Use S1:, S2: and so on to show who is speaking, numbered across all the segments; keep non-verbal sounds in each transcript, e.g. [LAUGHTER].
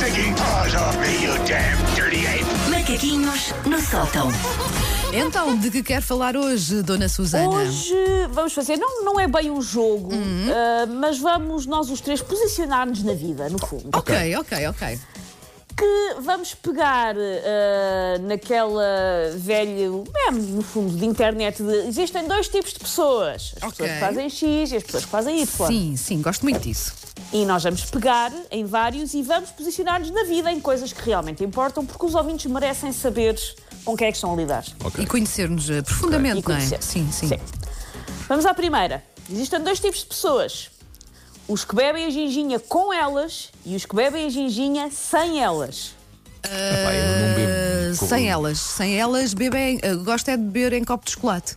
S1: taking paws off me, you damn dirty ape!
S2: Macaquinhos no sótão.
S3: Então, de que quer falar hoje, Dona Susana?
S4: Hoje vamos fazer, não, não é bem um jogo,
S3: Uhum.
S4: ah, mas vamos nós os três posicionar-nos na vida, no fundo.
S3: Ok, ok, ok.
S4: Que vamos pegar ah, naquela velha meme, no fundo, de internet de existem dois tipos de pessoas: as pessoas que fazem X e as pessoas que fazem Y.
S3: Sim, sim, gosto muito disso.
S4: E nós vamos pegar em vários e vamos posicionar-nos na vida em coisas que realmente importam, porque os ouvintes merecem saber com quem é que estão a lidar.
S3: E conhecer-nos eh, profundamente,
S4: E conhecer.
S3: não é? Sim, sim.
S4: Vamos à primeira. Existem dois tipos de pessoas: os que bebem a ginginha com elas e os que bebem a ginginha sem elas.
S5: Epá, eu não
S3: Eh,
S5: bebo.
S3: sem elas, sem elas, bebem, eh, gosto é de beber em copo de chocolate.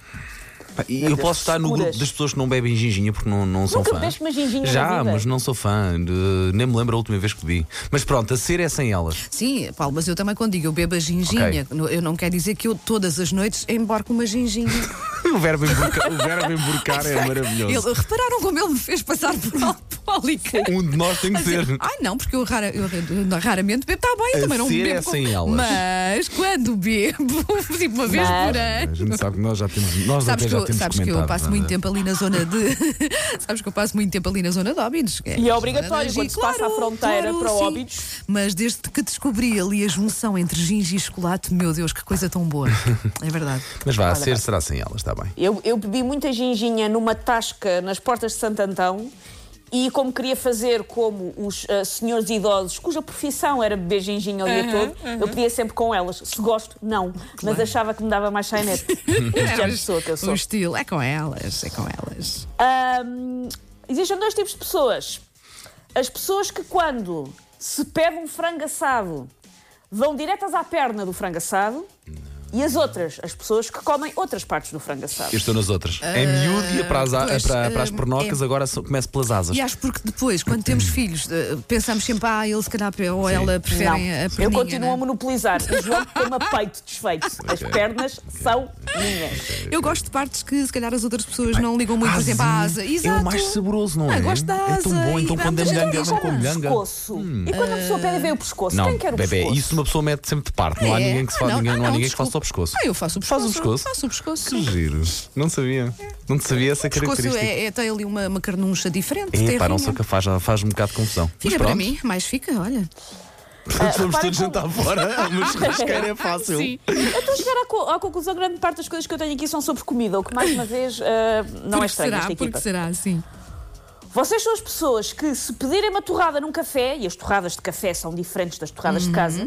S5: Pá, e Eu posso estar no
S4: Escuras.
S5: grupo das pessoas que não bebem ginginha porque não, não são
S4: Nunca
S5: fãs.
S4: bebeste uma ginginha na
S5: Já,
S4: vida?
S5: mas não sou fã. de- nem me lembro a última vez que bebi. Mas pronto, a ser é sem elas.
S3: Sim, Paulo, mas eu também quando digo eu bebo a ginginha, no- eu não quero dizer que eu todas as noites embarco uma ginginha.
S5: [LAUGHS] o verbo emburcar, o verbo emburcar é maravilhoso.
S3: Ele- repararam como ele me fez passar por alcoólica?
S5: Um de nós tem que
S3: Assim,
S5: ser.
S3: Ai não, porque eu, rara- eu ra- raramente bebo, está bem, eu
S5: A
S3: também não
S5: ser
S3: bebo.
S5: é sem elas.
S3: Mas quando bebo, [LAUGHS] tipo uma vez
S4: Mas-
S3: por ano.
S5: A gente sabe que nós já temos. Nós
S3: Sabes,
S5: até
S3: que
S5: já
S3: eu,
S5: temos
S3: sabes que eu
S5: comentado,
S3: passo
S5: não é?
S3: muito tempo ali na zona de. [LAUGHS] sabes que eu passo muito tempo ali na zona de Óbidos. que
S4: E é
S3: a zona
S4: obrigatório
S3: da
S4: quando
S3: Gi-
S4: se passa a
S3: Claro,
S4: fronteira
S3: claro,
S4: para
S3: sim.
S4: Óbidos.
S3: Mas desde que descobri ali a junção entre ginge e chocolate, meu Deus, que coisa tão
S5: [LAUGHS]
S3: boa. É verdade.
S5: Mas vá, a ser será sem elas, está bem.
S4: Eu, eu bebi muita ginginha numa tasca nas portas de Santo Antão e como queria fazer como os ah, senhores idosos, cuja profissão era beber ginginha o dia todo, eu pedia sempre com elas. Se gosto, não. Mas achava que me dava mais chainete. este é a pessoa que eu sou.
S3: O estilo é com elas, é com elas.
S4: Ahm, existem dois tipos de pessoas. As pessoas que, quando se pede um frango assado, vão diretas à perna do frango assado. E as outras, as pessoas que comem outras partes do frango assado.
S5: Eu estou nas outras. em É miúdo e para as, a-
S3: Ah,
S5: é
S3: pois,
S5: para, para as
S3: ah,
S5: pernocas,
S3: é-
S5: agora só- começo pelas asas.
S3: E acho porque depois, quando temos filhos, eh, pensamos sempre, ah, ele se calhar ou ela
S4: Não,
S3: preferem a perninha,
S4: eu continuo
S3: né?
S4: a monopolizar. O João tem uma peito
S5: [LAUGHS]
S4: desfeito. As
S5: Ok.
S4: pernas são minhas.
S3: Eu gosto de partes que se calhar as outras pessoas não ligam muito, por
S5: Asinha
S3: exemplo, a asa.
S5: É
S3: Exato.
S5: o mais saboroso, não
S3: Ah,
S5: é?
S3: gosto da
S5: É tão
S3: asa
S5: bom,
S3: e
S5: então
S3: dá
S5: quando é
S3: muita
S5: molhanga,
S3: gente
S5: vão com
S3: a
S5: molhanga.
S4: Pescoço. E quando a pessoa pede ver o pescoço,
S5: Não,
S4: quem quer o
S5: bebê,
S4: pescoço?
S5: isso uma pessoa mete sempre de parte. Não há
S3: É?
S5: ninguém que se
S3: Ah,
S5: faz,
S3: não,
S5: ninguém,
S3: ah,
S5: não há
S3: não,
S5: ninguém que faça
S3: desculpa.
S5: o pescoço.
S3: Ah, eu faço o pescoço.
S5: Faz o pescoço?
S3: Faço o pescoço.
S5: Que é giro. Não sabia. Não te sabia essa
S3: O pescoço
S5: característica.
S3: é, é- tem ali uma, uma carnuncha diferente.
S5: Epá, não
S3: terrinha.
S5: sou capaz, já faz um bocado de confusão.
S3: Fica
S5: Mas
S3: para
S5: pronto,
S3: mim, mais fica, olha.
S5: portanto, vamos
S4: Repara
S5: todos
S4: como-
S5: jantar fora. [LAUGHS] Mas rasqueira é fácil.
S4: Eu estou a chegar à, co- à conclusão que grande parte das coisas que eu tenho aqui são sobre comida, o que mais uma vez ah, não
S3: Porque
S4: é estranho
S3: será,
S4: nesta
S3: porque
S4: equipa.
S3: será, sim.
S4: Vocês são as pessoas que, se pedirem uma torrada num café, e as torradas de café são diferentes das torradas
S3: Uhum.
S4: de casa,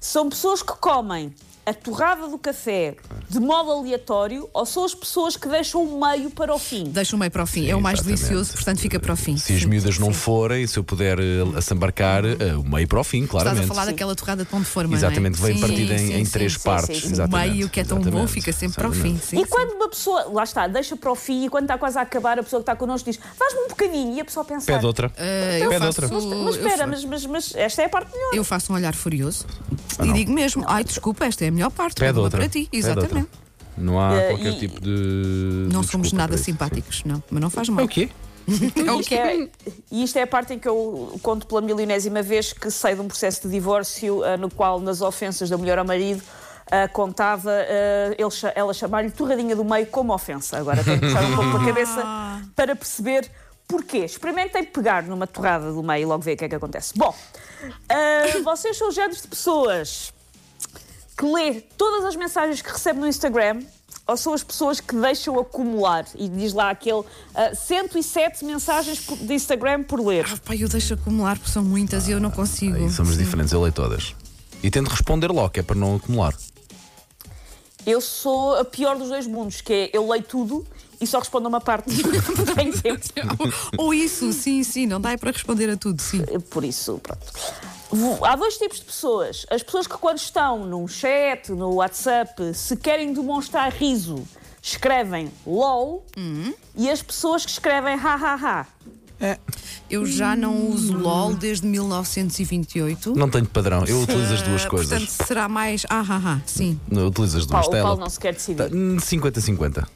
S4: são pessoas que comem a torrada do café de modo aleatório ou são as pessoas que deixam o meio para o fim?
S3: Deixa o meio para o fim. é o mais
S5: exatamente.
S3: delicioso, portanto fica para o fim.
S5: Se as
S3: Sim.
S5: miúdas não forem, e se eu puder eh, assambarcar, eh, o meio para o fim,
S3: Estás
S5: claramente.
S3: a falar daquela torrada de pão de forma.
S5: Exatamente,
S3: não é?
S5: vem partida em, em três partes.
S4: sim.
S3: O
S5: Exatamente.
S3: meio que é tão bom
S5: Exatamente.
S3: fica sempre para o fim.
S5: Exatamente.
S3: Sim,
S4: e
S3: sim.
S4: quando uma pessoa, lá está, deixa para o fim, e quando está quase a acabar, a pessoa que está connosco diz: faz-me um bocadinho, e a pessoa pensa.
S5: Pede outra.
S3: Eh, eu
S5: Pede
S3: faço-
S5: outra.
S4: Mas, mas
S3: Eu
S4: espera,
S3: faço.
S4: mas, mas, mas esta é a parte melhor.
S3: Eu faço um olhar furioso e digo mesmo: ai, desculpa, esta é a melhor parte.
S5: Ah, Pede
S3: uma
S5: outra.
S3: para ti,
S5: Pede outra.
S3: exatamente.
S5: Não há
S4: Eh,
S5: qualquer
S4: e-
S5: tipo de.
S3: Não somos
S5: de desculpa
S3: nada
S5: para isso, sim.
S3: simpáticos, não, mas não faz mal.
S5: É o quê?
S3: É o
S4: Isto
S3: quê?
S4: é- e isto é a parte em que eu conto pela milionésima vez que saí de um processo de divórcio ah, no qual, nas ofensas da mulher ao marido, ah, contava ah, ele cha- ela chamar-lhe torradinha do meio como ofensa. Agora tenho que puxar um pouco pela cabeça para perceber porquê. Experimentem pegar numa torrada do meio e logo ver o que é que acontece. Bom, ah, vocês são géneros de pessoas que lê todas as mensagens que recebe no Instagram ou são as pessoas que deixam acumular e diz lá aquele ah, 107 mensagens por- de Instagram por ler.
S3: Ah, pá, eu deixo acumular porque são muitas e eu não consigo.
S5: Aí somos
S3: Sim.
S5: diferentes, eu leio todas. E tento responder logo, que é para não acumular.
S4: Eu sou a pior dos dois mundos, que é eu leio tudo e só respondo a uma parte. [LAUGHS] Não tenho tempo.
S3: [LAUGHS] Ou isso, sim, sim, não dá é para responder a tudo, sim.
S4: Por isso, pronto. Vo- Há dois tipos de pessoas. As pessoas que, quando estão num chat, no WhatsApp, se querem demonstrar riso, escrevem LOL e as pessoas que escrevem ha ha ha.
S3: Eu já não uso LOL desde 1928.
S5: Não tenho padrão, eu utilizo as duas
S3: Ah,
S5: coisas.
S3: Portanto, será mais. Ah, ah, ah, sim.
S5: Eu utilizo as
S4: Pá,
S5: duas.
S4: o
S5: Tá, ela-
S4: Paulo não se quer decidir.
S5: Tá, hum, 50-50.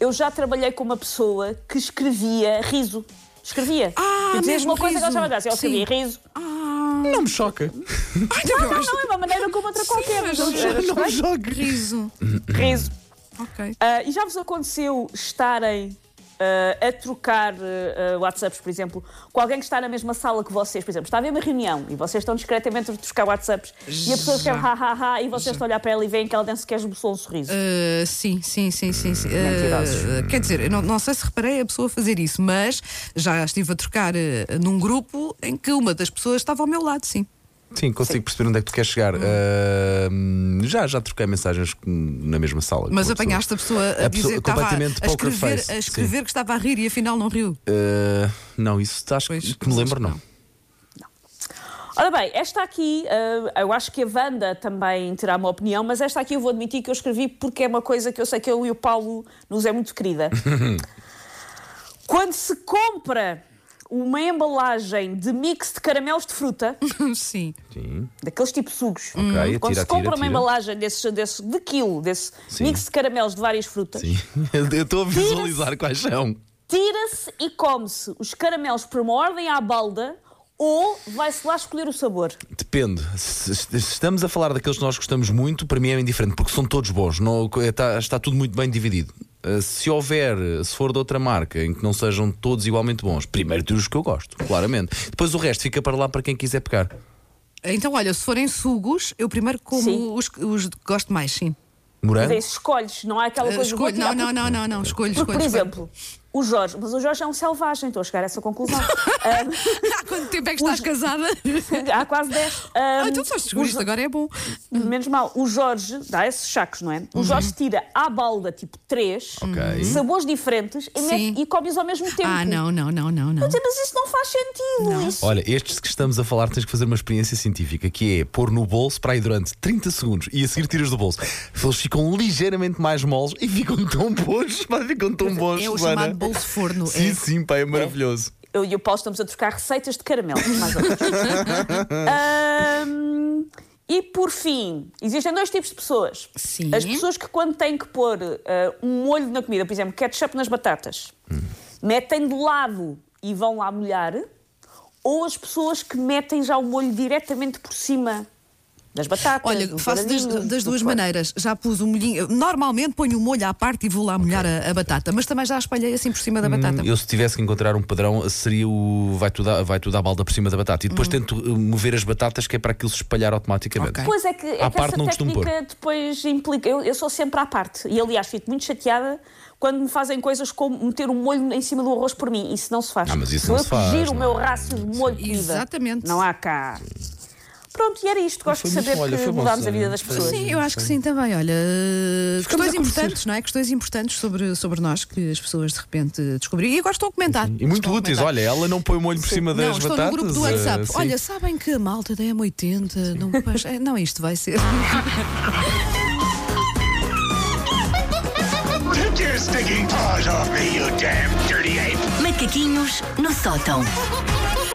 S4: Eu já trabalhei com uma pessoa que escrevia riso. Escrevia.
S3: Ah,
S4: eu dizia
S3: mesmo
S4: uma coisa que ela
S3: riso.
S4: achava graça. Ela escrevia
S3: Sim.
S4: riso.
S3: Ah,
S5: Não me choca.
S4: Não, não, não, é uma maneira como outra qualquer.
S3: mas
S4: mas
S3: não
S4: era
S5: Não me
S4: estranho.
S5: choca.
S3: Riso.
S4: Riso.
S3: Ok.
S4: Ah, e já vos aconteceu estarem ah, a trocar ah, ah, WhatsApps, por exemplo, com alguém que está na mesma sala que vocês? Por exemplo, está a haver uma reunião e vocês estão discretamente a trocar WhatsApps e a pessoa fica ha ha ha e vocês estão a olhar para ela e veem que ela nem sequer esboçou um sorriso.
S3: Uh, sim, sim, sim,
S5: Hum,
S3: sim. sim. Uh,
S4: Mentirosos.
S3: quer dizer, eu não, não sei se reparei a pessoa fazer isso, mas já estive a trocar uh, num grupo em que uma das pessoas estava ao meu lado, sim.
S5: Sim, consigo perceber onde é que tu queres chegar. Ah, já, já troquei mensagens com- na mesma sala. com
S3: Mas
S5: uma pessoa.
S3: apanhaste a pessoa a,
S5: A
S3: dizer
S5: pessoa
S3: que estava
S5: completamente
S3: a, a
S5: poker
S3: escrever,
S5: face,
S3: a escrever que estava a rir e afinal não riu. [LAUGHS]
S5: Ah, não, isso estás
S3: Pois,
S5: que me lembro,
S3: acho que
S5: não.
S4: Ora bem, esta aqui, ah, eu acho que a Wanda também terá uma opinião, mas esta aqui eu vou admitir que eu escrevi porque é uma coisa que eu sei que eu e o Paulo nos é muito
S5: [LAUGHS]
S4: querida. Quando se compra uma embalagem de mix de caramelos de fruta.
S3: sim.
S5: Sim.
S4: daqueles tipo sugos.
S5: Ok, atira,
S4: Quando
S5: atira,
S4: se compra uma
S5: atira.
S4: embalagem desse, desse, de quilo, desse
S5: Sim.
S4: mix de caramelos de várias frutas,
S5: Sim. [LAUGHS] Eu estou a visualizar quais são.
S4: tira-se e come-se os caramelos por uma ordem à balda ou vai-se lá escolher o sabor.
S5: Depende. Se, se- se estamos a falar daqueles que nós gostamos muito, para mim é indiferente, porque são todos bons. Não, está, está tudo muito bem dividido. Ah, se houver, se for de outra marca em que não sejam todos igualmente bons, primeiro tiro os que eu gosto, claramente. Depois o resto fica para lá para quem quiser pegar.
S3: Então, olha, se forem sugos, eu primeiro
S4: Sim.
S3: como os, os que gosto mais, sim.
S4: Mas
S5: Morango?
S4: aí se escolhes, não há aquela
S3: Uh,
S4: coisa de
S3: escolho,
S4: vou tirar,
S3: não, não,
S4: porque-
S3: não, não, não, escolho,
S4: Porque,
S3: escolho.
S4: por
S3: escolho.
S4: exemplo, o Jorge, mas o Jorge é um selvagem, estou a chegar a
S3: [LAUGHS]
S4: essa conclusão. Ah,
S3: [LAUGHS] Há quanto tempo é que estás
S4: [LAUGHS] Os-
S3: casada?
S4: [LAUGHS] há quase 10.
S3: Ah, então só descobrir isto agora é bom.
S4: Menos mal, o Jorge, dá esses sacos, não é?
S3: Uhum.
S4: O Jorge tira à balda tipo 3,
S5: Ok.
S4: sabores diferentes e,
S3: Sim.
S4: mete- e come-os ao mesmo tempo.
S3: Ah, não, não, não, não, não.
S4: Quer dizer, Mas é isso não faz sentido. Isso.
S5: Olha, estes que estamos a falar tens que fazer uma experiência científica que é pôr no bolso para aí durante 30 segundos e a seguir tiras do bolso. Eles ficam ligeiramente mais moles e ficam tão bons, [LAUGHS] mas ficam tão bons.
S3: É o
S5: Joana.
S3: chamado bolso forno.
S5: Sim,
S3: é.
S5: sim, pá, é maravilhoso.
S4: Eu e o Paulo estamos a trocar receitas de caramelo, mais ou menos. Ahm, e por fim, existem dois tipos de pessoas.
S3: Sim.
S4: As pessoas que, quando têm que pôr ah, um molho na comida, por exemplo, ketchup nas batatas, metem de lado e vão lá molhar, ou as pessoas que metem já o molho diretamente por cima das batatas.
S3: Olha,
S4: do
S3: faço das,
S4: douradinho,
S3: das
S4: do
S3: duas
S4: que for.
S3: maneiras. Já pus o molhinho. Normalmente ponho o molho à parte e vou lá molhar a, a batata, mas também já espalhei assim por cima da batata.
S5: Hum, Eu, se tivesse que encontrar um padrão, seria o vai tudo, à- vai tudo à balda por cima da batata. E depois
S3: Hum.
S5: tento eh, mover as batatas, que é para aquilo se espalhar automaticamente.
S3: Ok.
S4: Pois é que, é que
S5: À parte
S4: essa
S5: não costumo
S4: técnica depois implica. Eu, eu sou sempre à parte. E aliás, fico muito chateada quando me fazem coisas como meter um molho em cima do arroz por mim. Isso não se faz.
S5: Ah, mas isso
S4: Sou
S5: não
S4: eu
S5: se
S4: que
S5: faz,
S4: giro o
S5: não
S4: meu
S5: é?
S4: rácio de molho de vida.
S3: Exatamente.
S4: Não há cá. Pronto, e era isto. Gosto
S5: Foi
S4: de
S5: muito
S4: saber
S5: bom, olha,
S4: que
S5: foi bom
S4: mudámos a
S5: saber.
S4: vida das
S5: Foi.
S4: pessoas.
S3: Sim, eu acho que sim também. Olha, eh, questões
S5: a conhecer.
S3: importantes, não é? Questões importantes sobre, sobre nós que as pessoas de repente descobriram. E agora estão a comentar.
S5: E muito
S3: Estão a
S5: úteis.
S3: comentar.
S5: Olha, ela não põe o molho por cima
S3: Não,
S5: das
S3: estou
S5: batatas.
S3: no grupo do
S5: eh,
S3: WhatsApp.
S5: sim.
S3: Olha, sabem que a malta da M80 não, pois, é, não, isto vai
S5: [LAUGHS]
S3: ser.
S1: Take your stinking paws off me, you damn dirty ape!
S2: Macaquinhos no sótão.